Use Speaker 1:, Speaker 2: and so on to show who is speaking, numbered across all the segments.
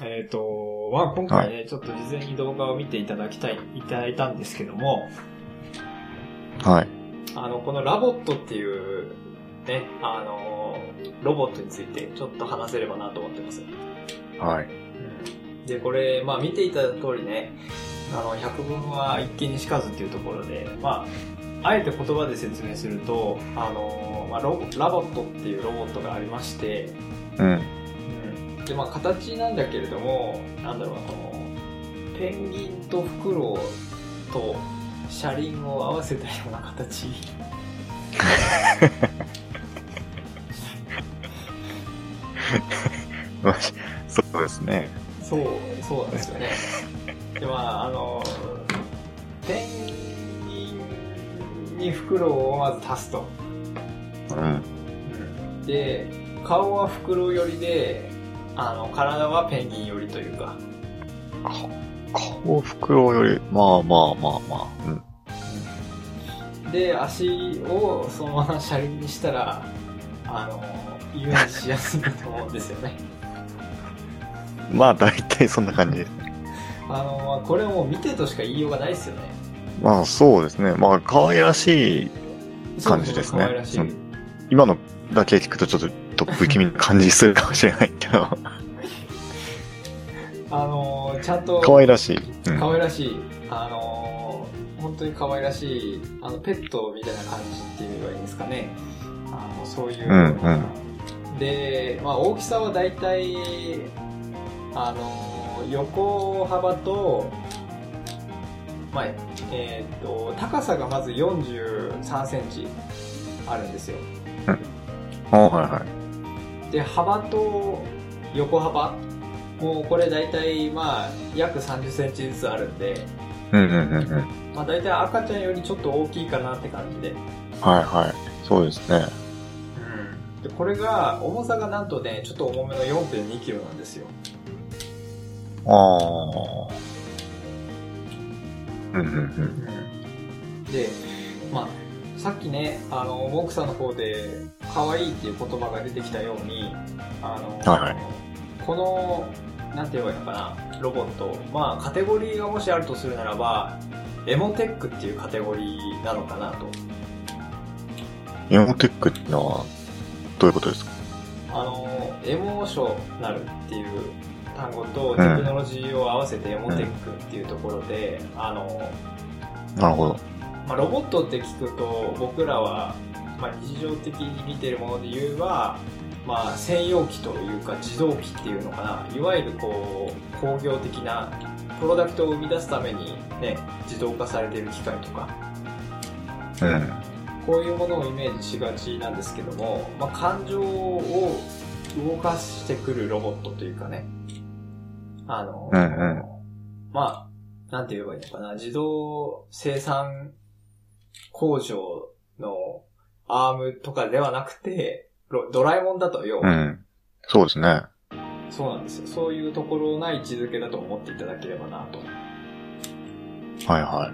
Speaker 1: えっ、と、まあ、今回ね、ちょっと事前に動画を見ていただきたい、いただいたんですけども、
Speaker 2: はい。
Speaker 1: あの、このラボットっていう、ね、あの、ロボットについてちょっと話せればなと思ってます。
Speaker 2: はい。
Speaker 1: で、これ、まあ見ていた通りね、あの、百聞は一見にしかずっていうところで、まあ、あえて言葉で説明すると、あの、まあ、ロボラボットっていうロボットがありまして、
Speaker 2: うん。
Speaker 1: で、まあ形なんだけれども、なんだろうな、この、ペンギンとフクロウと車輪を合わせたような形。
Speaker 2: まあそうですね。
Speaker 1: そう、そうなんですよね。で、まあ、あの、ペンギンにフクロウをまず足すと。
Speaker 2: うん。
Speaker 1: で、顔はフクロウ寄りで、あの、体はペンギン寄りというか。
Speaker 2: 幸福をより、まあまあまあまあ。うん。
Speaker 1: で、足をそのまま車輪にしたら、あの、遊にしやすいと思うんですよね。
Speaker 2: まあ大体そんな感じです。
Speaker 1: あの、まあこれはもう見てとしか言いようがないですよね。
Speaker 2: まあそうですね。まあ可愛らしい、感じです
Speaker 1: そうそう
Speaker 2: ね
Speaker 1: 可愛らしい。
Speaker 2: うん今のだけ聞くとちょっと不気味な感じするかもしれないけど、
Speaker 1: あの、ちゃんと、
Speaker 2: 可愛らしい。うん。
Speaker 1: 可愛らしい、あのー本当に可愛らしい、あの、ペットみたいな感じって言えばいいんですかね。あの、そういう。
Speaker 2: うん
Speaker 1: で、まあ、大きさはだいたい、あのー横幅と、まあ、えーっと、高さがまず43センチあるんですよ。
Speaker 2: あはいはい。
Speaker 1: で幅と横幅もうこれ大体まあ約3 0センチずつあるんで、
Speaker 2: うんうんうんうん。はい
Speaker 1: まあ、大体赤ちゃんよりちょっと大きいかなって感じで,、
Speaker 2: はい。そうですね。
Speaker 1: でこれが重さがなんとねちょっと重めの4 2キロなんですよ
Speaker 2: ああ。うんうんうん。
Speaker 1: でまあさっきねあのモークさんの方で「可愛いっていう言葉が出てきたようにあの、
Speaker 2: はいは
Speaker 1: このなんて言えばいいのかなロボットまあカテゴリーがもしあるとするならばエモテックっていうカテゴリーなのかなと
Speaker 2: エモテックってのは、どういうことですか
Speaker 1: あのエモーショナルっていう単語と
Speaker 2: ん
Speaker 1: テクノロジーを合わせてエモテックっていうところで、あの
Speaker 2: なるほど。
Speaker 1: まあ、ロボットって聞くと僕らは、まあ、日常的に見てるもので言えば、まあ、専用機というか自動機っていうのかないわゆるこう工業的なプロダクトを生み出すために、ね、自動化されている機械とか
Speaker 2: うん。
Speaker 1: こういうものをイメージしがちなんですけども、まあ、感情を動かしてくるロボットというかね、あの、
Speaker 2: うんうん
Speaker 1: まあ、なんて言えばいいのかな、自動生産工場のアームとかではなくて、ロドラえもんだとよ、
Speaker 2: うん。そうですね。
Speaker 1: そうなんですよ。そういうところな位置づけだと思っていただければなと。
Speaker 2: はいは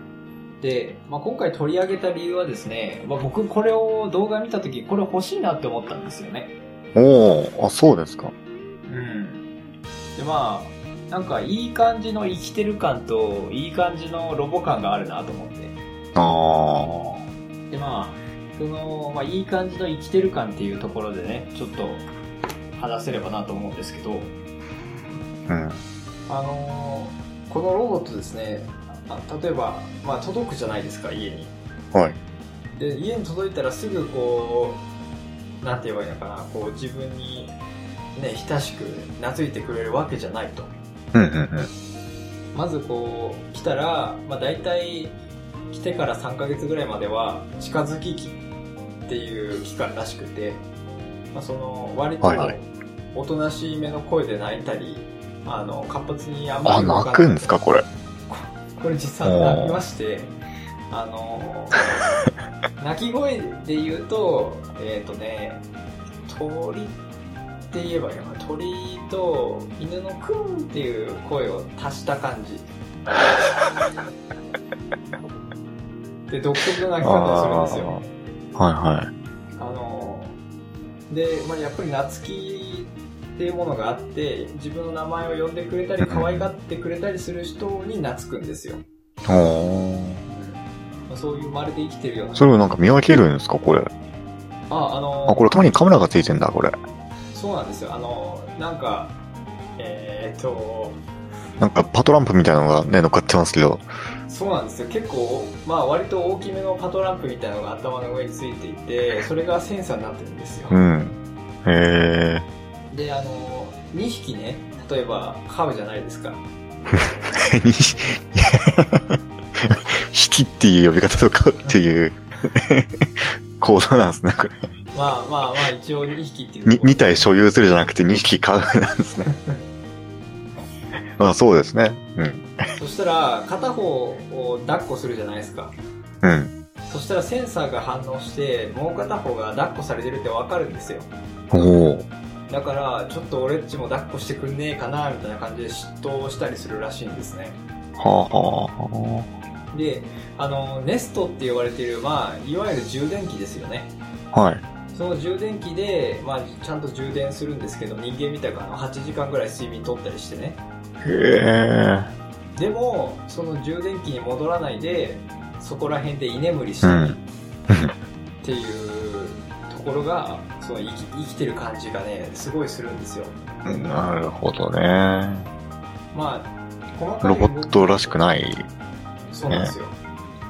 Speaker 1: で、まあ、今回取り上げた理由はですね、まあ、僕これを動画見た時これ欲しいなって思ったんですよね。
Speaker 2: い。おお、あ、そうですか。
Speaker 1: うん。で、まあ、なんかいい感じの生きてる感と、いい感じのロボ感があるなと思って。
Speaker 2: あ
Speaker 1: で、まあ、その、まあ、いい感じの生きてる感っていうところでね、ちょっと話せればなと思うんですけど、
Speaker 2: あ。うん。
Speaker 1: あのーこのロボットですね、あ例えば、まあ、届くじゃないですか、家に。
Speaker 2: はい。
Speaker 1: で家に届いたらすぐこうなんて言えばいいのかなこう自分にね親しく懐いてくれるわけじゃないと
Speaker 2: うんうんうん。
Speaker 1: まずこう来たら、まあ、大体来てから3ヶ月ぐらいまでは近づき期っていう期間らしくて、まあ、その割と
Speaker 2: はいはい
Speaker 1: おとなしめの声で泣いたりあの活発にあんま
Speaker 2: あ、
Speaker 1: り動か
Speaker 2: 泣
Speaker 1: ない
Speaker 2: くんですかこれ。
Speaker 1: これ実際泣きまして、あのー、 鳴き声で言うと、えっ、とね、鳥って言えばいいのかな、鳥と犬のクーンっていう声を足した感じ。で、独特の鳴き方をするんですよ。
Speaker 2: あーはいはい。
Speaker 1: あのーで、まあ、やっぱり夏希っていうものがあって自分の名前を呼んでくれたり可愛がってくれたりする人に懐くんですよ、
Speaker 2: おー
Speaker 1: まあ、そういう生まれて生きてるような
Speaker 2: それをなんか見分けるんですかこれ。
Speaker 1: ああの
Speaker 2: あ、これ頭にカメラがついてんだ、これ。
Speaker 1: そうなんですよあのなんかえー、っと
Speaker 2: なんかパトランプみたいなのがね、乗っかってますけど。
Speaker 1: そうなんですよ結構まあ割と大きめのパトランプみたいなのが頭の上についていてそれがセンサーになってるんですよ、
Speaker 2: うん。へえ。
Speaker 1: であの2匹ね例えばカブじゃないですか
Speaker 2: ー。 に引きっていう呼び方とかっていう 構造なんですね、これ。
Speaker 1: まあまあまあ一応2匹っていう
Speaker 2: に2体所有するじゃなくて2匹買うなんですね。まあそうですね。うん。
Speaker 1: そしたら片方を抱っこするじゃないですか
Speaker 2: うん。
Speaker 1: そしたらセンサーが反応してもう片方が抱っこされてるってわかるんですよ
Speaker 2: おお。
Speaker 1: だからちょっと俺っちも抱っこしてくんねえかなみたいな感じで嫉妬したりするらしいんですね
Speaker 2: はあは
Speaker 1: であのネストって言われているまあいわゆる充電器ですよね
Speaker 2: あ。はい。
Speaker 1: その充電器で、まあ、ちゃんと充電するんですけど人間みたいにあの8時間ぐらい睡眠取ったりしてね
Speaker 2: へ
Speaker 1: でもその充電器に戻らないでそこら辺で居眠りしたり
Speaker 2: う
Speaker 1: っ
Speaker 2: ん
Speaker 1: ていうところがその生き生きてる感じがねすごいするんですよ
Speaker 2: え。なるほどね。
Speaker 1: まあ細かい
Speaker 2: ロボットらしく
Speaker 1: い
Speaker 2: ない。
Speaker 1: そうなんですよ、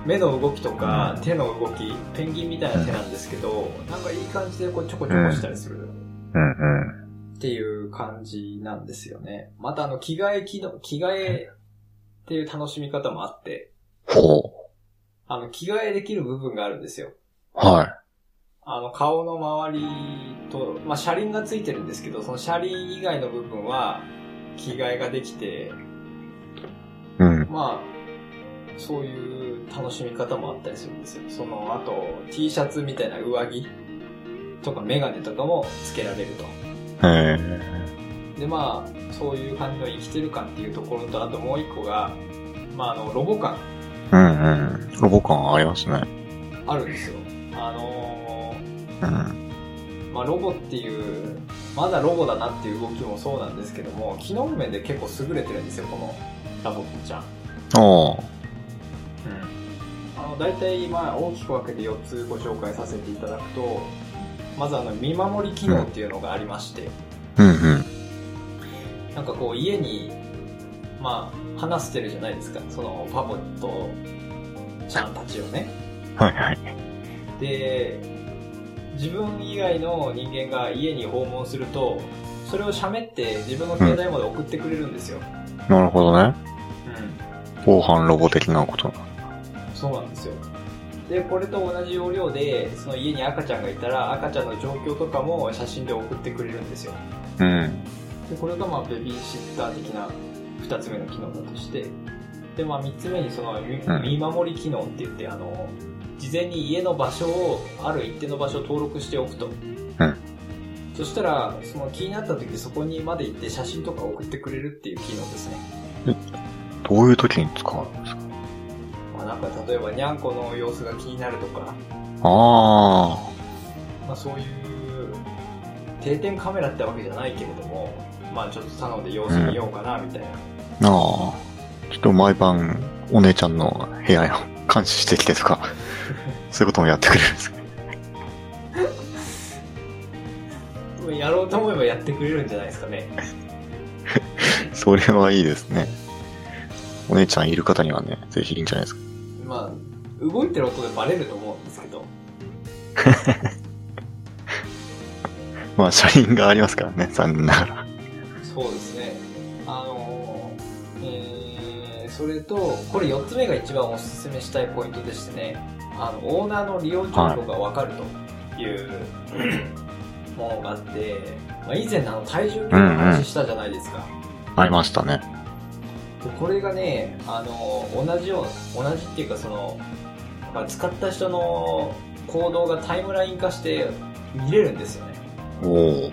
Speaker 1: 目の動きとか、
Speaker 2: うん
Speaker 1: 手の動きペンギンみたいな手なんですけど、なんかいい感じでこうちょこちょこしたりする
Speaker 2: うんうん。
Speaker 1: っていう感じなんですよねまたあの着替え機能着替えっていう楽しみ方もあって
Speaker 2: ほ
Speaker 1: あの着替えできる部分があるんですよ
Speaker 2: う。は
Speaker 1: あの、顔の周りと、まあ、車輪がついてるんですけど、その車輪以外の部分は、着替えができて、
Speaker 2: い。うん。
Speaker 1: まあ、そういう楽しみ方もあったりするんですよ。その、あと、T シャツみたいな上着とかメガネとかもつけられると。
Speaker 2: へ
Speaker 1: で、まあ、そういう感じの生きてる感っていうところと、あともう一個が、まあ、あの、ロボ感
Speaker 2: え。うんうん。ロボ感ありますね。
Speaker 1: あるんですよ。あのー
Speaker 2: うん。
Speaker 1: まあ、ロボっていうまだロボだなっていう動きもそうなんですけども機能面で結構優れてるんですよこのラボットちゃん、
Speaker 2: ああ。
Speaker 1: あの大体まあ大きく分けて4つご紹介させていただくとまずあの見守り機能っていうのがありまして、
Speaker 2: うんうん。
Speaker 1: なんかこう家にまあ話してるじゃないですかそのパボットちゃんたちをね
Speaker 2: はいはい。
Speaker 1: で自分以外の人間が家に訪問するとそれを喋って自分の携帯まで送ってくれるんですよ、
Speaker 2: なるほどね。
Speaker 1: う
Speaker 2: 防犯ロボ的なこと。
Speaker 1: ん、そうなんですよでこれと同じ要領でその家に赤ちゃんがいたら赤ちゃんの状況とかも写真で送ってくれるんですよ
Speaker 2: うん。
Speaker 1: でこれがまあベビーシッター的な2つ目の機能だとしてで、まあ、3つ目にその見
Speaker 2: うん
Speaker 1: 見守り機能って言ってあの事前に家の場所をある一定の場所を登録しておくと、
Speaker 2: うん
Speaker 1: そしたらその気になった時そこにまで行って写真とか送ってくれるっていう機能ですね、
Speaker 2: どういう時に使うんですか
Speaker 1: まあ、なんか例えばにゃんこの様子が気になるとか、
Speaker 2: あ
Speaker 1: まあ、そういう定点カメラってわけじゃないけれどもまあちょっと頼んで様子見ようかなみたいな、
Speaker 2: あ。なあ。ちょっと毎晩、お姉ちゃんの部屋を 監視してきてとか、そういうこともやってくれるんですか
Speaker 1: やろうと思えばやってくれるんじゃないですかね
Speaker 2: それはいいですね。お姉ちゃんいる方にはね、ぜひいいんじゃないですか。
Speaker 1: まあ動いてる音でバレると思うんですけど
Speaker 2: まあ、車輪がありますからね、残念ながら。
Speaker 1: そうですねあのえーそれとこれ4つ目が一番おすすめしたいポイントでしてねあのオーナーの利用情報が分かると いう、ものがあって、まあ、以前あの体重計の話したじゃないですか、
Speaker 2: ありましたね。
Speaker 1: でこれがねあの同じよう同じっていうかそのまあ使った人の行動がタイムライン化して見れるんですよね
Speaker 2: おお。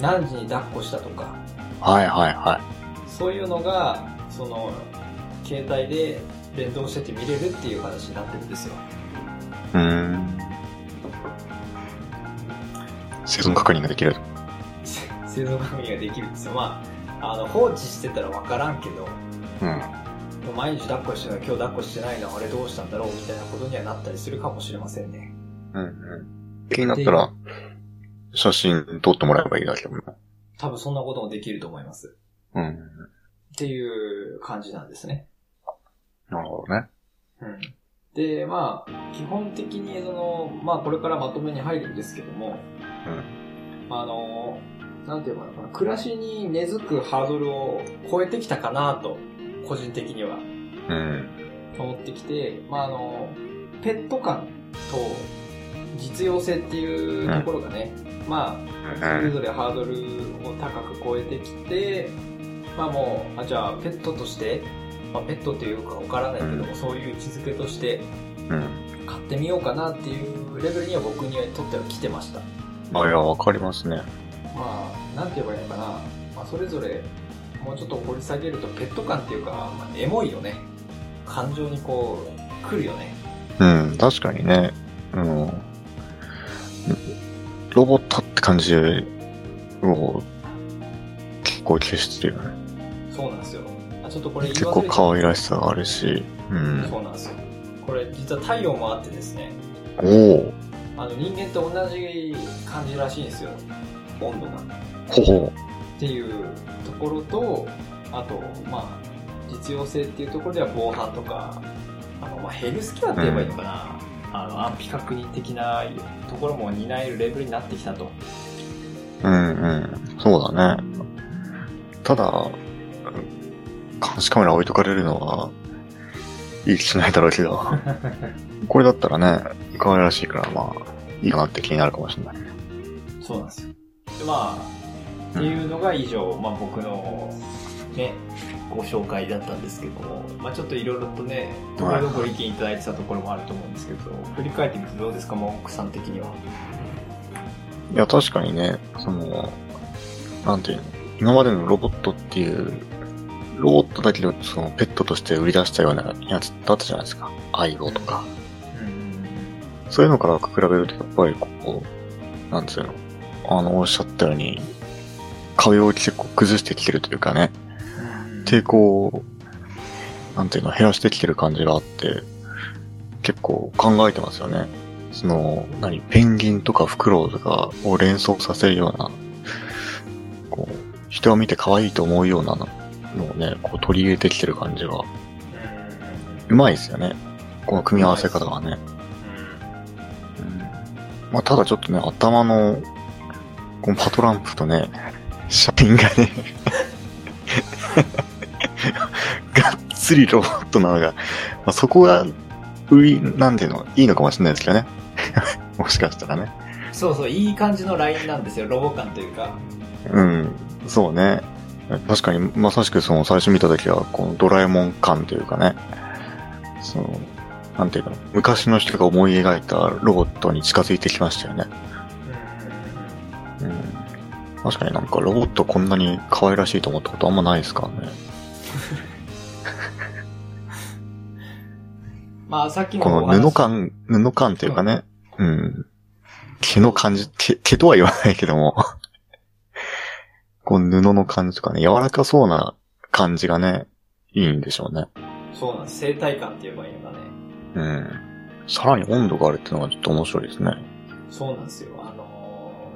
Speaker 1: 何時に抱っこしたとか
Speaker 2: はいはいは
Speaker 1: そういうのがその携帯で連動してて見れるっていう形になってるんですよ
Speaker 2: い。うーん。生存確認ができる。
Speaker 1: 生製造確認ができるんですよまああの放置してたら分からんけど
Speaker 2: うん。
Speaker 1: 毎日抱っこしてるの今日抱っこしてないのあれどうしたんだろうみたいなことにはなったりするかもしれませんね
Speaker 2: うんうん。気になったら、写真撮ってもらえばいいだけだもんな。
Speaker 1: 多分そんなこともできると思います
Speaker 2: うん。
Speaker 1: っていう感じなんですね
Speaker 2: なるほどね。
Speaker 1: うんで、まあ、基本的に、その、まあ、これからまとめに入るんですけども、あの、なんていうのかな、暮らしに根付くハードルを超えてきたかなと、個人的には
Speaker 2: うん。
Speaker 1: 思ってきて、まあ、あの、ペット感と実用性っていうところがね、まあ、
Speaker 2: う
Speaker 1: それ
Speaker 2: ん。
Speaker 1: ぞれハードルを高く超えてきて、まあもう、あじゃあペットとして、まあ、ペットというかわからないけども、そういう位置づけとして
Speaker 2: うん。
Speaker 1: 買ってみようかなっていうレベルには僕にとっては来てました。
Speaker 2: あ、いや、わかりますね。
Speaker 1: まあ、なんて言えばいいのかな、まあ、それぞれもうちょっと掘り下げるとペット感っていうか、まあ、エモいよね。感情にこう、来るよね。
Speaker 2: うん、確かにね。うん。ロボットって感じを結構消してるよね。
Speaker 1: そうなんですよ。あちょっとこれ
Speaker 2: 結
Speaker 1: 言わせ
Speaker 2: 構
Speaker 1: る
Speaker 2: 可愛らしさがあるし。うん。
Speaker 1: そうなんですよ。これ実は太陽もあってですね、
Speaker 2: おお
Speaker 1: あの人間と同じ感じらしいんですよ。温度が。
Speaker 2: ほほ
Speaker 1: っていうところとあとまあ実用性っていうところでは防犯とかあの、まあ、ヘルスケアって言えばいいのかな、あの安否確認的なところも担えるレベルになってきたと
Speaker 2: うんうん。そうだね。ただ、監視カメラ置いとかれるのは、いい気しないだろうけ ど。これだったらね、可愛らしいから、まあ、いいかなって気になるかもしれない。
Speaker 1: そうなんですよでまあっていうのが以上、まあ、僕のねご紹介だったんですけども、まあ、ちょっといろいろとねところどころ意見いただいてたところもあると思うんですけど振り返ってみてどうですか文句さん的にはい
Speaker 2: や、確かにね、その、なんていうの、今までのロボットっていう、ロボットだけど、そのペットとして売り出したようなやつだったじゃないですか。相棒とか。
Speaker 1: うん
Speaker 2: そういうのから比べると、やっぱりこう、なんつうの、あの、おっしゃったように、壁を結構崩してきてるというかね、抵抗を、なんていうの、減らしてきてる感じがあって、結構考えてますよね。その、何、ペンギンとかフクロウとかを連想させるような、こう、人を見て可愛いと思うようなのをね、こう取り入れてきてる感じが、うまいですよね。この組み合わせ方がね。まあ、ただちょっとね、頭の、このパトランプとね、車輪がね、 がっつりロボットなのが、まあ、そこが、売り、なんていうの、いいのかもしれないですけどね。 もしかしたらね。
Speaker 1: そうそう、いい感じのラインなんですよ、ロボ感というか。
Speaker 2: うん、そうね。確かに、まさしくその最初見た時は、このドラえもん感というかね、その、なんていうか、昔の人が思い描いたロボットに近づいてきましたよね。うん確かになんかロボットこんなに可愛らしいと思ったことあんまないですからね。
Speaker 1: まあ、さっきの
Speaker 2: こ
Speaker 1: お
Speaker 2: の
Speaker 1: 話
Speaker 2: 布。感、布感っていうかね、うん。毛の感じ、毛、毛とは言わないけども、 この布の感じとかね、柔らかそうな感じがね、いいんでしょうね。
Speaker 1: そうなんです、生態感って言えばいいのかね。
Speaker 2: うん。さらに温度があるっていうのがちょっと面白いですね。
Speaker 1: そうなんですよ。あのー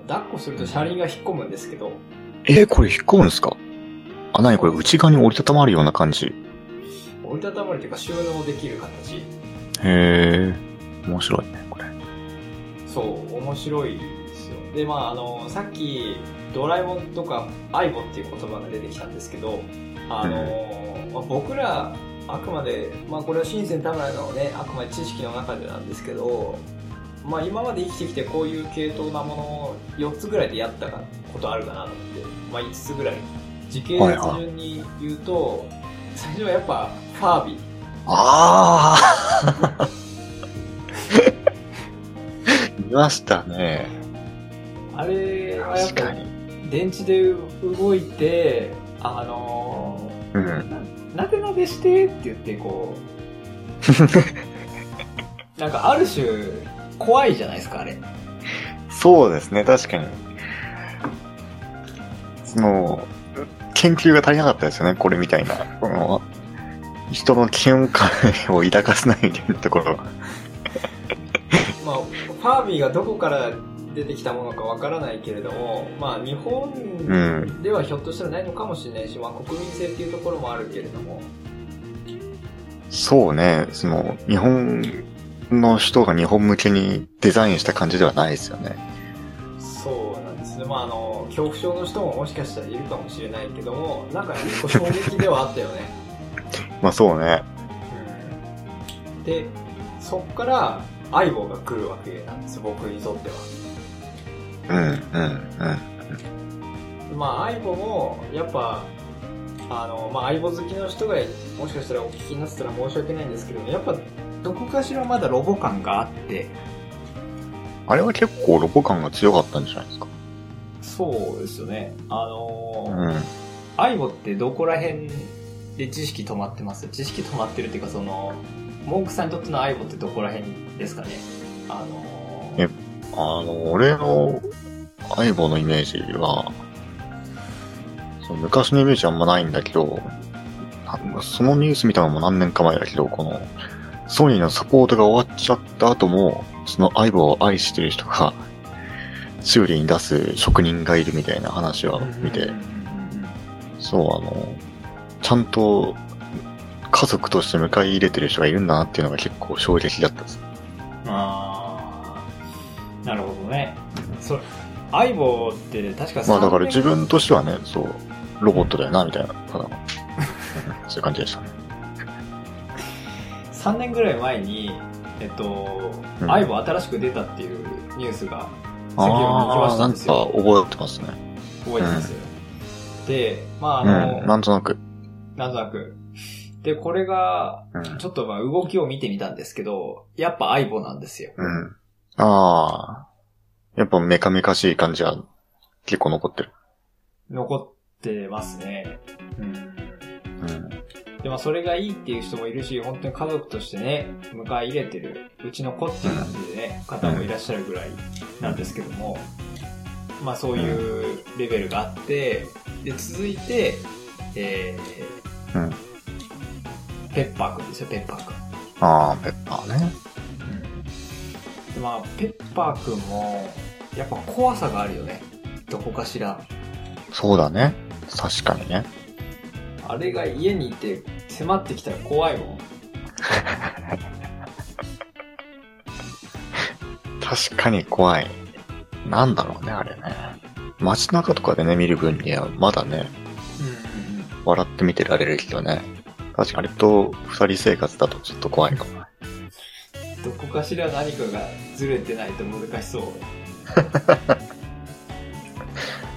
Speaker 1: 抱っこすると車輪が引っ込むんですけど、
Speaker 2: えーこれ引っ込むんですかあ、なにこれ内側に折りたたまるような感じ。へ
Speaker 1: 折りたたまれというか収納できる形。
Speaker 2: え、面白いね、これ。
Speaker 1: そう、面白いですよ。で、まあ、あのーさっき、ドラえもんとか、アイボっていう言葉が出てきたんですけど、あのーまあ、僕ら、あくまで、まあ、これは新鮮田村のね、あくまで知識の中でなんですけど、まあ、今まで生きてきてこういう系統なものを4つぐらいでやったことあるかなと思って、まあ、5つぐらい。時系列順に言うと、最初はやっぱ、ファービー。
Speaker 2: ああ 見ましたね。
Speaker 1: あれはやっ
Speaker 2: 確か
Speaker 1: ぱ、
Speaker 2: に。
Speaker 1: 電池で動いて、あのー
Speaker 2: うん。
Speaker 1: なでなでしてって言ってこうなんかある種怖いじゃないですかあれ
Speaker 2: そうですね、確かに。その、研究が足りなかったですよね、これみたいな。この、人の嫌悪感を抱かせないみたいなところ。
Speaker 3: まあ、ファービーがどこから出てきたものかわからないけれども、まあ、日
Speaker 2: う
Speaker 3: 本
Speaker 2: ん。
Speaker 3: ではひょっとしたらないのかもしれないし、まあ、国民性っていうところもあるけれども、
Speaker 2: そうね、その、日本の人が日本向けにデザインした感じではないですよね。
Speaker 3: そうなんですね、まあ、あの恐怖症の人ももしかしたらいるかもしれないけども、なんか一個衝撃ではあったよね。
Speaker 2: まあそうね。
Speaker 3: うんで、そっから、相棒が来るわけなんです、僕にとっては。
Speaker 2: うん、うん、うん。
Speaker 3: まあ、相棒も、やっぱ、あの、まあ、相棒好きの人が、もしかしたらお聞きになってたら申し訳ないんですけども、やっぱ、どこかしらまだロボ感があって、
Speaker 2: あれは結構ロボ感が強かったんじゃないですか。
Speaker 3: そうですよね。あの
Speaker 2: う
Speaker 3: ー
Speaker 2: ん。
Speaker 3: アイボってどこら辺で知識止まってます知識止まってるっていうかその文句さんにとってのアイボってどこら辺ですかねあのー
Speaker 2: えあの、俺の相棒のイメージは、その昔のイメージあんまないんだけど、あそのニュース見たのも何年か前だけど、この、ソニーのサポートが終わっちゃった後も、その相棒を愛してる人が、修理に出す職人がいるみたいな話は見て、そう、あの、ちゃんと家族として迎え入れてる人がいるんだなっていうのが結構衝撃だったです。
Speaker 1: ああなるほどねそ相棒って確か
Speaker 2: まあだから
Speaker 1: 3年
Speaker 2: 自分としてはね、そう、ロボットだよな、みたいな、ただ のそういう感じでしたね。
Speaker 1: 3年ぐらい前にえっと、
Speaker 2: うん
Speaker 1: 相棒新しく出たっていうニュースが
Speaker 2: あ
Speaker 1: 先を向きま
Speaker 2: あ
Speaker 1: し
Speaker 2: ー、
Speaker 1: た
Speaker 2: なんん
Speaker 1: で
Speaker 2: か
Speaker 1: すよ
Speaker 2: 覚えてますね。
Speaker 1: 覚えてます、でまあ
Speaker 2: う
Speaker 1: あ
Speaker 2: ん、
Speaker 1: の、
Speaker 2: なんとなく。
Speaker 1: なんとなくでこれが
Speaker 2: うん。
Speaker 1: ちょっとまあ動きを見てみたんですけどやっぱ相棒なんですよ
Speaker 2: うん、ああ、やっぱメカメカしい感じは結構残ってる。
Speaker 1: 残ってますねうん
Speaker 2: うん。
Speaker 1: でもそれがいいっていう人もいるし、本当に家族としてね、迎え入れてる、うちの子っていう感じでね、方もいらっしゃるぐらいなんですけども、まあそういうレベルがあって、で、続いて、えー
Speaker 2: うん
Speaker 1: ペッパーくんですよ、ペッパーくん。
Speaker 2: ああ、ペッパーね。
Speaker 1: でまあ、ペッパーくんも、やっぱ怖さがあるよね。どこかしら。
Speaker 2: そうだね。確かにね。
Speaker 1: あれが家にいて迫ってきたら怖いもん。
Speaker 2: 確かに怖い。なんだろうね、あれね。街中とかでね、見る分にはまだね、笑って見てられるけどね。確かに、あれと二人生活だとちょっと怖いかも。
Speaker 1: どこかしら何かがずれてないと難しそう。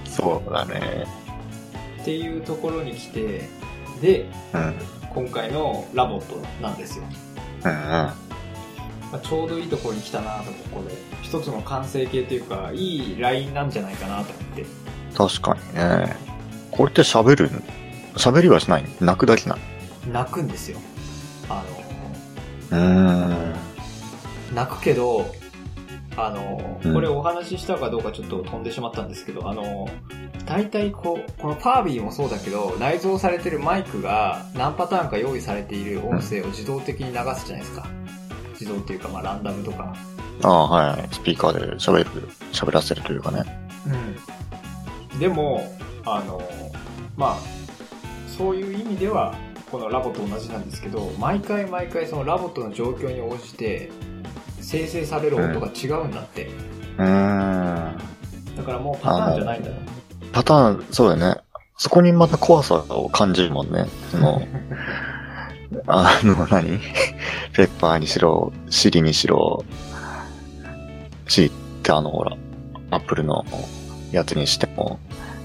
Speaker 2: そうだね。
Speaker 1: っていうところに来てで
Speaker 2: うん。うん
Speaker 1: 今回のラボットなんですよ、
Speaker 2: うん。
Speaker 1: まあ、ちょうどいいところに来たなと思うこれ一つの完成形というかいいラインなんじゃないかなと思って
Speaker 2: 確かにね。これって喋る喋りはしない泣くだけな
Speaker 1: 泣くんですよあ
Speaker 2: の。う
Speaker 1: の泣くけどあの
Speaker 2: うん
Speaker 1: これお話ししたかどうかちょっと飛んでしまったんですけどあの大体こうこのファービーもそうだけど内蔵されてるマイクが何パターンか用意されている音声を自動的に流すじゃないですか自動っていうかまあランダムとか
Speaker 2: ーん。ああ、はい。スピーカーで喋る、喋らせるというかね。
Speaker 1: うん、でもあのまあそういう意味ではこのラボと同じなんですけど毎回毎回そのラボとの状況に応じて生成される音が違うんだって、
Speaker 2: うーん。
Speaker 1: だからもうパターンじゃないんだよ
Speaker 2: パターン、そうだよね。そこにまた怖さを感じるもんね。そ の、あの、何 ペッパーにしろ、シリにしろ、シリってあの、ほら、アップルのやつにしても、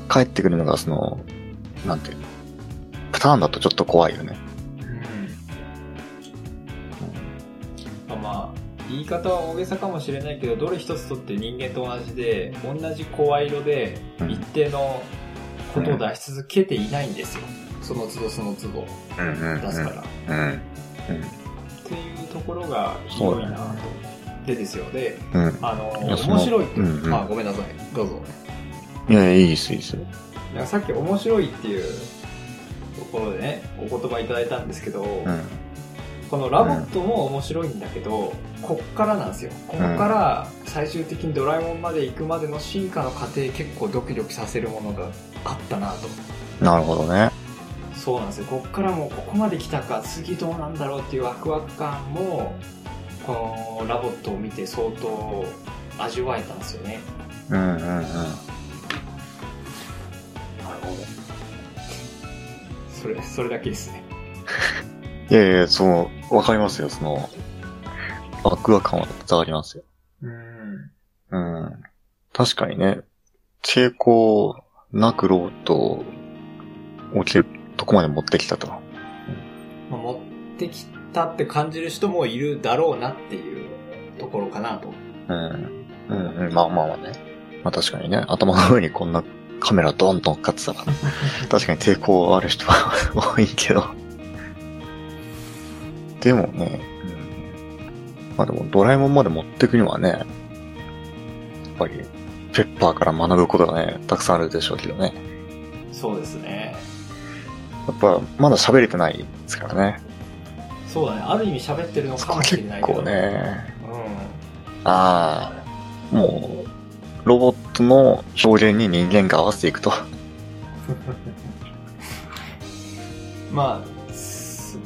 Speaker 2: 帰ってくるのがその、なんていうのパターンだとちょっと怖いよね。
Speaker 1: まあまあ言い方は大げさかもしれないけどどれ一つとって人間と同じで同じ声色で
Speaker 2: うん
Speaker 1: 一定のことを出し続けていないんですよ、その都度その都度
Speaker 2: うんうん、
Speaker 1: 出すから、
Speaker 2: うん。
Speaker 1: っていうところが広いなと思ってですよで
Speaker 2: うん。うん。
Speaker 1: あの
Speaker 2: いやその
Speaker 1: 面白いって、
Speaker 2: うんうん
Speaker 1: あごめんなさいどうぞ
Speaker 2: いやいや、いいです、いいです。
Speaker 1: なんかさっき面白いっていうところでね、お言葉いただいたんですけど、
Speaker 2: うん。
Speaker 1: このラボットも面白いんだけど、こっからなんですよ。こっから最終的にドラえもんまで行くまでの進化の過程結構ドキドキさせるものがあったなと。
Speaker 2: なるほどね。
Speaker 1: そうなんですよ。こっからもうここまで来たか、次どうなんだろうっていうワクワク感も、このラボットを見て相当味わえたんですよね。
Speaker 2: うんうんうん。
Speaker 1: なるほど。それ、それだけですね。
Speaker 2: いやいや、その、わかりますよ、その、アクア感は伝わりますよ。
Speaker 1: うん。
Speaker 2: うん。確かにね、抵抗なくロボットを、けるとこまで持ってきたと。
Speaker 1: まあ、持ってきたって感じる人もいるだろうなっていうところかなと。
Speaker 2: うん。うんうん、まあまあまあね。まあ確かにね、頭の上にこんなカメラドンと乗っかってた から、確かに抵抗ある人は 多いけど。でもね、うん、まあでもドラえもんまで持ってくにはね、やっぱり、ペッパーから学ぶことがね、たくさんあるでしょうけどね。
Speaker 1: そうですね。
Speaker 2: やっぱ、まだ喋れてないですからね。
Speaker 1: そうだね。ある意味喋ってるの
Speaker 2: そ
Speaker 1: か
Speaker 2: こ
Speaker 1: も
Speaker 2: は
Speaker 1: し
Speaker 2: 結
Speaker 1: れないけど。
Speaker 2: 構。ね、
Speaker 1: う
Speaker 2: ああ、もう、ロボットの表現に人間が合わせていくと。
Speaker 1: ん。まあ、す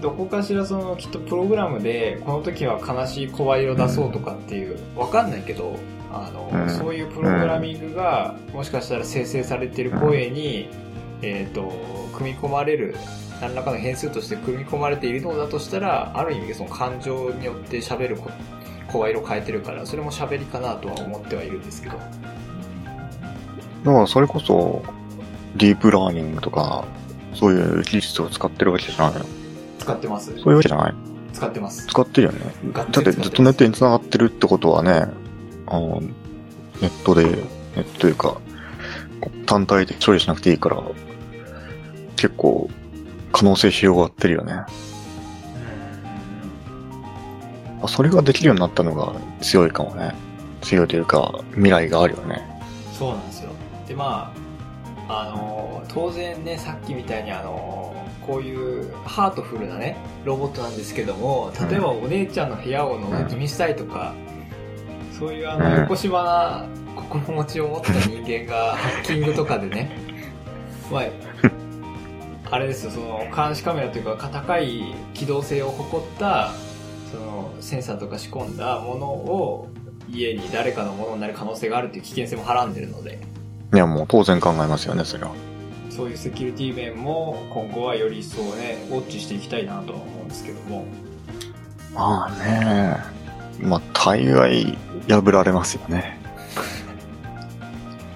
Speaker 1: どこかしらそのきっとプログラムでこの時は悲しい声色出そうとかっていう、わかんないけど、あの、
Speaker 2: うん
Speaker 1: そういうプログラミングがもしかしたら生成されてる声に、えっ、と、組み込まれる、何らかの変数として組み込まれているのだとしたら、ある意味その感情によって喋るこ声色変えてるから、それも喋りかなとは思ってはいるんですけど。
Speaker 2: だからそれこそ、ディープラーニングとか、そういう技術を使ってるわけじゃないの
Speaker 1: 使ってます
Speaker 2: そういうわけじゃない
Speaker 1: 使ってます。
Speaker 2: 使ってるよね。
Speaker 1: だ
Speaker 2: だってずっとネットに繋がってるってことはね、あの、ネットで、ネットというか、単体で処理しなくていいから、結構、可能性広がってるよね。あそれができるようになったのが強いかもね。強いというか、未来があるよね。
Speaker 1: そうなんですよ。で、まあ、あのー、当然ね、さっきみたいにあのー、こういうハートフルなね、ロボットなんですけども、例えばお姉ちゃんの部屋を覗き見したいとか、そういうあの、
Speaker 2: うん
Speaker 1: 横島な心持ちを持った人間がハッキングとかで ね、まあ、あれですよ、その監視カメラというか、高い機動性を誇った、そのセンサーとか仕込んだものを家に誰かのものになる可能性があるっていう危険性もはらんでるので
Speaker 2: いや、もう当然考えますよね、それは。
Speaker 1: そういうセキュリティ面も今後はより一層ねウォッチしていきたいなとは思うんですけども
Speaker 2: まあね。まあ、大概破られますよね。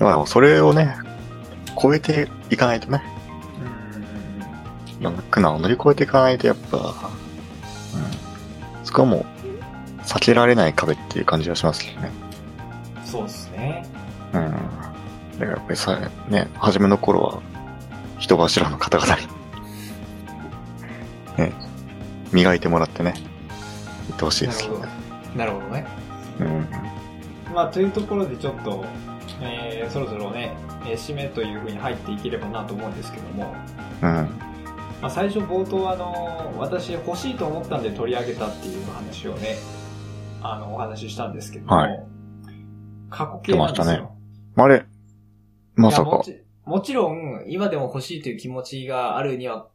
Speaker 2: まあ、でもそれをね、超えていかないとね、いろんな苦難を乗り越えていかないと、やっぱ、うん、そこはもう、避けられない壁っていう感じがしますけどね。
Speaker 1: そうですね
Speaker 2: うん。だからやっぱりさ、ね、初めの頃は、人柱の方々に、 ね、磨いてもらってね、言ってほしいですけどね。
Speaker 1: なるほどね
Speaker 2: うん。
Speaker 1: まあというところでちょっと、えーそろそろね、えー締めというふうに入っていければなと思うんですけども、
Speaker 2: うん。
Speaker 1: まあ、最初冒頭あの私欲しいと思ったんで取り上げたっていう話をねあのお話ししたんですけども、
Speaker 2: はい
Speaker 1: 過去形なんですよ
Speaker 2: 出ましたねあれまさ
Speaker 1: いやも
Speaker 2: か。
Speaker 1: ちもちろん、今でも欲しいという気持ちがあるには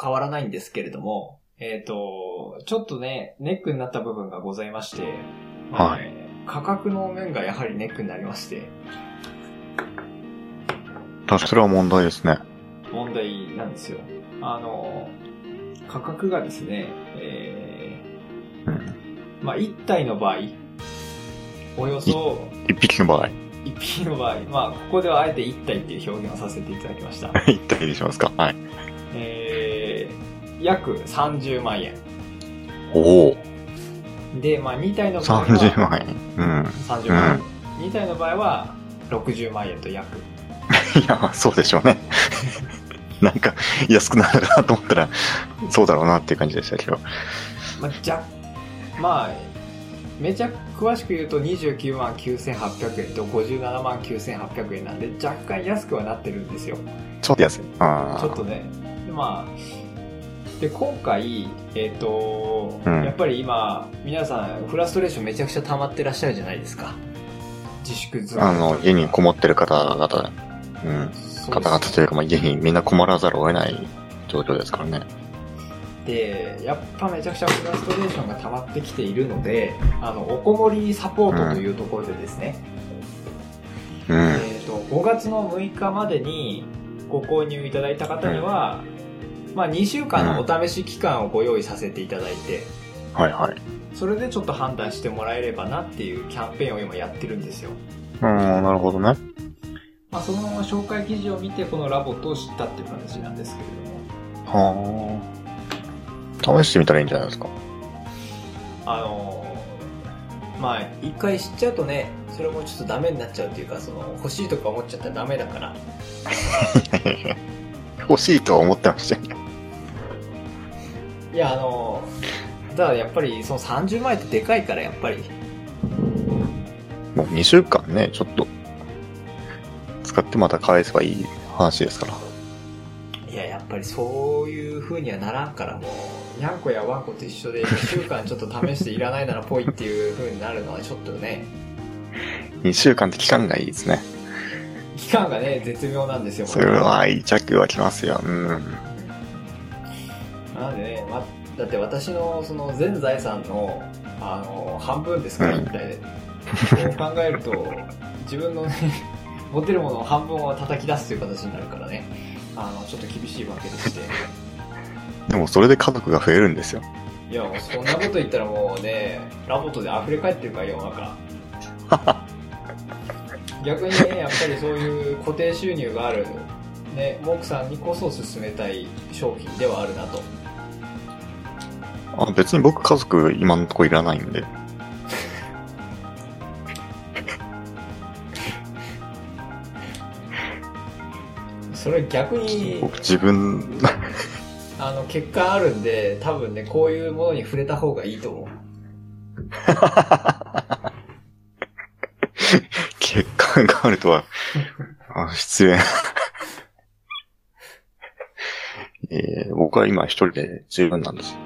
Speaker 1: 変わらないんですけれども、えっ、と、ちょっとね、ネックになった部分がございまして、
Speaker 2: はい
Speaker 1: えー価格の面がやはりネックになりまして、
Speaker 2: 確かそれは問題ですね。
Speaker 1: 問題なんですよ。あの、価格がですね、え
Speaker 2: うん。
Speaker 1: ーまあ、1体の場合、およそ
Speaker 2: 一匹の場合、
Speaker 1: 1匹の場合、まあ、ここではあえて1体っていう表現をさせていただきました。
Speaker 2: 一体にしますかはい。
Speaker 1: えー、約30万円。
Speaker 2: おお。
Speaker 1: で、まあ、2体の場合は
Speaker 2: 30万円。
Speaker 1: 30万円、2体の場合は60万円と約
Speaker 2: うん。いや、そうでしょうね。 なんか、安くなるなと思ったら、そうだろうなっていう感じでしたけど。
Speaker 1: まあ、じゃまあめちゃ詳しく言うと29万9800円と57万9800円なんで若干安くはなってるんですよ
Speaker 2: ちょっと安い。ああ。
Speaker 1: ちょっとねでまあで今回えっ、と、
Speaker 2: うん
Speaker 1: やっぱり今皆さんフラストレーションめちゃくちゃ溜まってらっしゃるじゃないですか自粛ず
Speaker 2: あの、家にこもってる方々、うん。方々というか、まあ、家にみんな困らざるを得ない状況ですからね。
Speaker 1: でやっぱめちゃくちゃフラストレーションが溜まってきているのであのおこもりサポートというところでですね、
Speaker 2: うん。
Speaker 1: えー、と5月の6日までにご購入いただいた方には、まあ、2週間のお試し期間をご用意させていただいて
Speaker 2: はいはい。
Speaker 1: それでちょっと判断してもらえればなっていうキャンペーンを今やってるんですよ、
Speaker 2: うん、なるほどね。
Speaker 1: まあ、その紹介記事を見てこのラボと知ったっていう形なんですけれども
Speaker 2: はあ。試してみたらいいんじゃないですか。
Speaker 1: あのーまあ一回知っちゃうとねそれもちょっとダメになっちゃうっていうかその欲しいとか思っちゃったらダメだから
Speaker 2: 欲しいとは思ってましたよ。
Speaker 1: いやあのーただやっぱりその30万円ってでかいからやっぱり
Speaker 2: もう2週間ね、ちょっと、使ってまた返せばいい話ですから。
Speaker 1: いややっぱりそういう風にはならんからもうにゃんこやわんこと一緒で1週間ちょっと試していらないならぽいっていう風になるのはちょっとね
Speaker 2: 2週間って期間がいいですね。
Speaker 1: 期間がね絶妙なんですよ
Speaker 2: それは愛着湧きますよ。うん。
Speaker 1: なんでね、ま、だって私のその全財産のあの半分ですから
Speaker 2: うん
Speaker 1: 一体、こう考えると自分のね持てるものを半分を叩き出すという形になるからねあのちょっと厳しいわけでして
Speaker 2: でもそれで家族が増えるんですよ。
Speaker 1: いやもうそんなこと言ったらもうねラボットで溢れ返ってるから世の中逆にねやっぱりそういう固定収入があるねモークさんにこそ勧めたい商品ではあるなと
Speaker 2: あ、別に僕家族今のとこいらないんで。
Speaker 1: それ逆に
Speaker 2: 僕自分、
Speaker 1: あの結果あるんで多分ねこういうものに触れた方がいいと思う
Speaker 2: 欠陥があるとは、あ失礼な。 えー僕は今一人で十分なんです。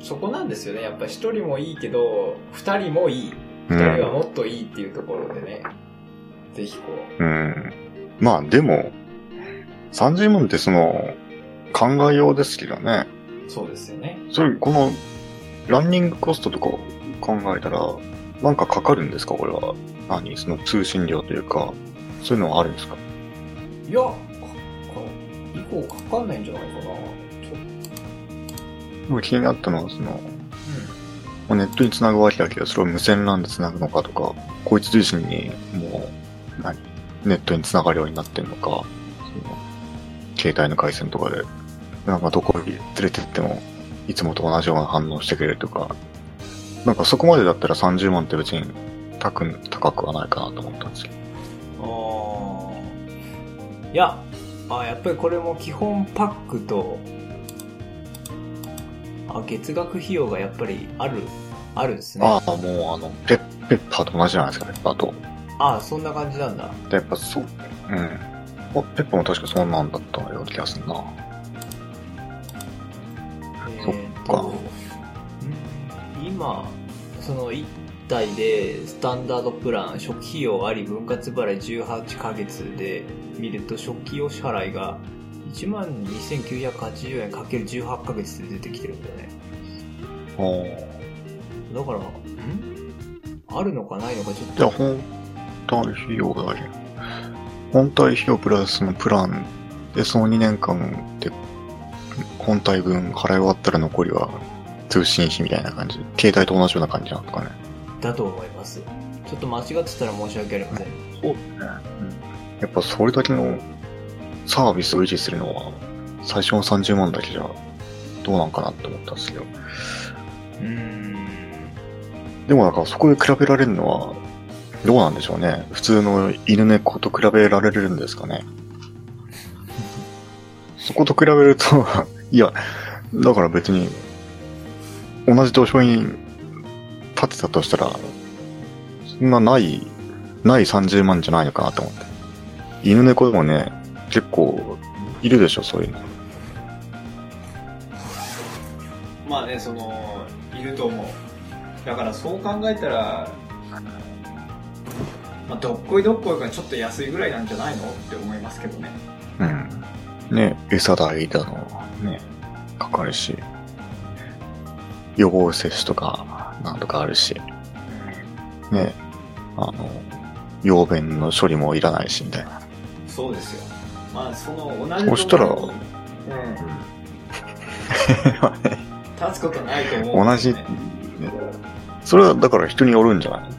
Speaker 1: そこなんですよねやっぱ一人もいいけど二人もいい
Speaker 2: うん
Speaker 1: 二人はもっといいっていうところでね、ぜひこう
Speaker 2: うん。まあでも、30万ってその、考えようですけどね。
Speaker 1: そうですよね
Speaker 2: それ、この、ランニングコストとかを考えたら、なんかかかるんですかこれは。何その通信料というか、そういうのはあるんですか
Speaker 1: いや、か、か、以降かかんないんじゃないかな。ちょ
Speaker 2: 僕気になったのは、その、まあネットに繋ぐわけだけど、それを無線 LAN で繋ぐのかとか、こいつ通信にもう、何ネットに繋がるようになってんのか、その携帯の回線とかで、なんかどこに連れてっても、いつもと同じような反応してくれるとか、なんかそこまでだったら30万って別に高く高くはないかなと思ったんですよ。
Speaker 1: うん。ああ。いや、あやっぱりこれも基本パックと、あ、月額費用がやっぱりある、あるんですね。
Speaker 2: ああ、もうあの、ペッ、ペッパーと同じじゃないですか、ペッパーと。
Speaker 1: あそんな感じなんだ。
Speaker 2: でやっぱそう、うん。あペッパーも確かそんなんだったような気がするな。
Speaker 1: え
Speaker 2: そっか
Speaker 1: ーとうん今、その1体で、スタンダードプラン、初期費用あり、分割払い18ヶ月で見ると、初期用支払いが1万2980円かける18ヶ月で出てきてるんだよね。
Speaker 2: おー
Speaker 1: だから、んあるのかないのかちょっ
Speaker 2: じゃ
Speaker 1: と。
Speaker 2: あ、本体費用だけ。本体費用プラスのプランで、その2年間で、本体分払い終わったら残りは通信費みたいな感じ。携帯と同じような感じなのかね。
Speaker 1: だと思います。ちょっと間違ってたら申し訳ありません。
Speaker 2: そうね。やっぱそれだけのサービスを維持するのは、最初の30万だけじゃどうなんかなって思ったんですけど。
Speaker 1: うん。
Speaker 2: でもなんかそこで比べられるのは、どうなんでしょうね。普通の犬猫と比べられるんですかね。そこと比べると、いや、だから別に、同じ図書に勝ってたとしたら、そんなない、ない30万じゃないのかなと思って。犬猫でもね、結構、いるでしょ、そういうの。
Speaker 1: まあねそのいると思うだからそう考えたら、まあ、どっこいどっこいがちょっと安いぐらいなんじゃないのって思いますけどね
Speaker 2: うん。ね、餌代だの、ね、かかるし、予防接種とか、なんとかあるし、ね、あの、養便の処理もいらないし、みたいな。
Speaker 1: そうですよまあその同じ
Speaker 2: そしたら
Speaker 1: ところにうん立つことないと思う、
Speaker 2: 同じ、ね、それはだから人によるんじゃない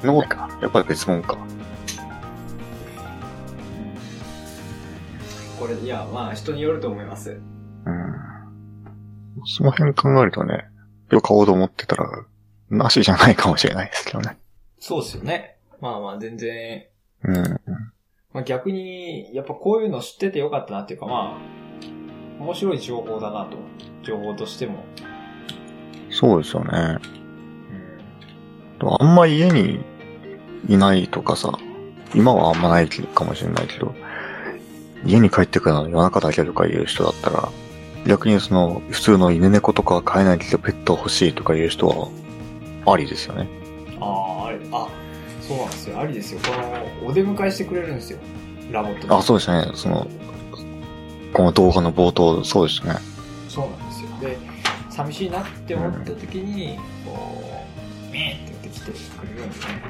Speaker 2: そんなことか。やっぱり別物か。
Speaker 1: これいやまあ人によると思います
Speaker 2: うん。その辺考えるとね、今日買おうと思ってたら、なしじゃないかもしれないですけどね。
Speaker 1: そうですよねまあまあ全然
Speaker 2: うん。
Speaker 1: まあ、逆に、やっぱこういうの知っててよかったなっていうか、まあ、面白い情報だなと。情報としても。
Speaker 2: そうですよね。あんま家にいないとかさ、今はあんまないかもしれないけど、家に帰ってくるのに夜中だけとかいう人だったら、逆にその、普通の犬猫とかは飼えないけどペット欲しいとかいう人は、ありですよね。
Speaker 1: ああ、あれ、あ、そうなんですよ。ありですよ。この、お出迎えしてくれるんですよ。ラボットで
Speaker 2: あ、そうでしたね。その、この動画の冒頭、そうでしたね。
Speaker 1: そうなんですよ。で、寂しいなって思った時に、こう、メーって言ってきてくれるんですね。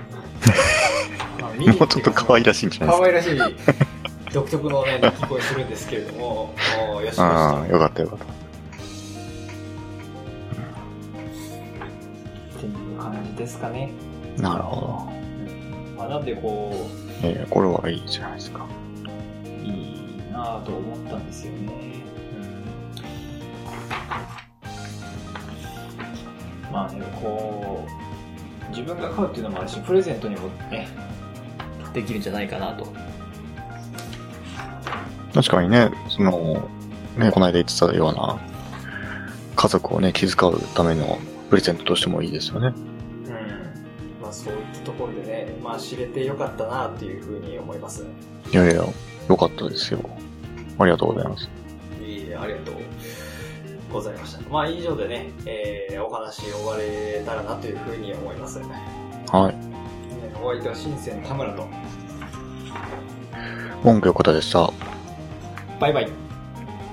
Speaker 1: まあ見に
Speaker 2: も
Speaker 1: 行
Speaker 2: うちょっと可愛らしいんじゃない
Speaker 1: 可
Speaker 2: で
Speaker 1: 愛らしい、独特のね、鳴き声するんですけれども、もうよしよし
Speaker 2: すか。
Speaker 1: と
Speaker 2: ああ、よかったよかった。
Speaker 1: っていう感じですかね。
Speaker 2: なるほ
Speaker 1: まあ、なんでこう、
Speaker 2: ど。いやいやこれはいいじゃないですか。
Speaker 1: いいなぁと思ったんですよね。まあね、こう、自分が買うっていうのもあるし、プレゼントにもね、できるんじゃないかなと。
Speaker 2: 確かにね、その、ね、この間言ってたような、家族をね、気遣うためのプレゼントとしてもいいですよね。
Speaker 1: うん。まあそういったところでね、まあ知れてよかったなっていうふうに思います。
Speaker 2: いやいや、よかったですよ。ありがとうございます。
Speaker 1: いいありがとうございました。まあ以上でね、えーお話終われたらなというふうに思います。
Speaker 2: はい。
Speaker 1: お相手は新鮮田村と、
Speaker 2: 文句よかったでした。
Speaker 1: バイバイ。